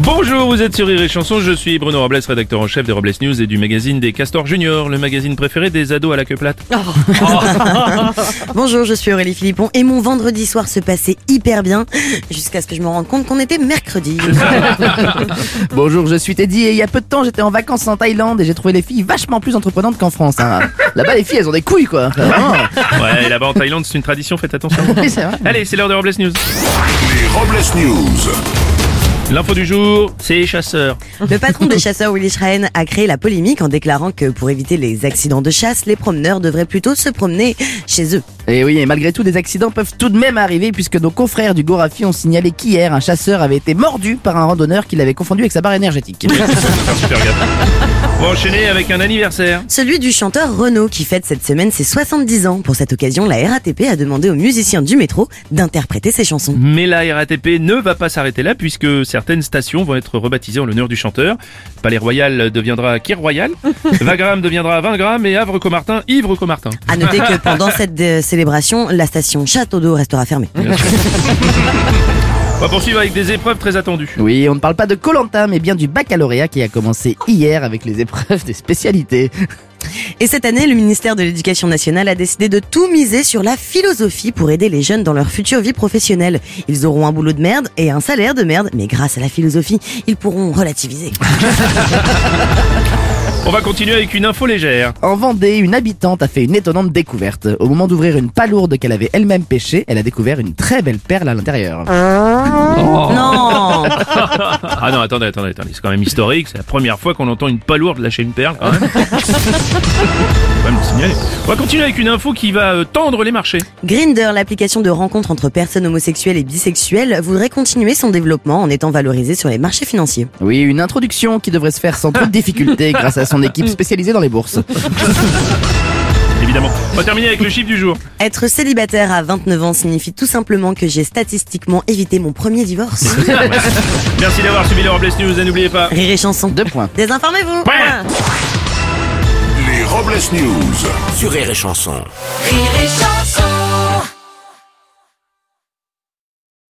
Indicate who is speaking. Speaker 1: Bonjour, vous êtes sur Rire et Chanson, je suis Bruno Robles, rédacteur en chef des Robles News et du magazine des Castors Junior, le magazine préféré des ados à la queue plate.
Speaker 2: Bonjour, je suis Aurélie Philippon et mon vendredi soir se passait hyper bien jusqu'à ce que je me rende compte qu'on était mercredi.
Speaker 3: Bonjour, je suis Teddy et il y a peu de temps j'étais en vacances en Thaïlande et j'ai trouvé les filles vachement plus entreprenantes qu'en France. hein. Là-bas les filles elles ont des couilles quoi. Vraiment.
Speaker 1: Ouais, là-bas en Thaïlande, c'est une tradition, faites attention.
Speaker 3: Oui, c'est vrai.
Speaker 1: Allez, c'est l'heure des Robles News.
Speaker 4: Les Robles News.
Speaker 1: L'info du jour, c'est chasseurs.
Speaker 2: Le patron des chasseurs Willy Schrein a créé la polémique en déclarant que pour éviter les accidents de chasse, les promeneurs devraient plutôt se promener chez eux.
Speaker 3: Et oui, et malgré tout des accidents peuvent tout de même arriver puisque nos confrères du Gorafi ont signalé qu'hier un chasseur avait été mordu par un randonneur qui l'avait confondu avec sa barre énergétique.
Speaker 1: Super gâteau. On va enchaîner avec un anniversaire.
Speaker 2: Celui du chanteur Renaud qui fête cette semaine ses 70 ans. Pour cette occasion, la RATP a demandé aux musiciens du métro d'interpréter ses chansons.
Speaker 1: Mais la RATP ne va pas s'arrêter là puisque certaines stations vont être rebaptisées en l'honneur du chanteur. Palais Royal deviendra Kir Royal, Wagram deviendra Vingram et Havre Comartin, Ivre Comartin.
Speaker 2: À noter que pendant cette euh, célébration, la station Château d'eau restera fermée.
Speaker 1: On va poursuivre avec des épreuves très attendues.
Speaker 3: Oui, on ne parle pas de Colanta mais bien du baccalauréat qui a commencé hier avec les épreuves des spécialités.
Speaker 2: Et cette année, le ministère de l'Éducation nationale a décidé de tout miser sur la philosophie pour aider les jeunes dans leur future vie professionnelle. Ils auront un boulot de merde et un salaire de merde, mais grâce à la philosophie, ils pourront relativiser.
Speaker 1: On va continuer avec une info légère.
Speaker 3: En Vendée, une habitante a fait une étonnante découverte. Au moment d'ouvrir une palourde qu'elle avait elle-même pêchée, elle a découvert une très belle perle à l'intérieur.
Speaker 2: Non
Speaker 1: Ah non, attendez, attendez, attendez. C'est quand même historique. C'est la première fois qu'on entend une palourde lâcher une perle. Quand même. Faut quand même le signaler. On va continuer avec une info qui va euh, tendre les marchés.
Speaker 2: Grinder, l'application de rencontre entre personnes homosexuelles et bisexuelles, voudrait continuer son développement en étant valorisée sur les marchés financiers.
Speaker 3: Oui, une introduction qui devrait se faire sans trop de difficulté grâce à son équipe spécialisée dans les bourses.
Speaker 1: Évidemment. On va terminer avec le chiffre du jour.
Speaker 2: Être célibataire à 29 ans signifie tout simplement que j'ai statistiquement évité mon premier divorce.
Speaker 1: Merci d'avoir suivi le Robles News et n'oubliez pas.
Speaker 2: Rire et chanson.
Speaker 3: Deux points.
Speaker 2: Désinformez-vous
Speaker 1: Ouais.
Speaker 4: Les Robles News.
Speaker 5: Sur Rire et Chanson.
Speaker 6: Rire et chanson.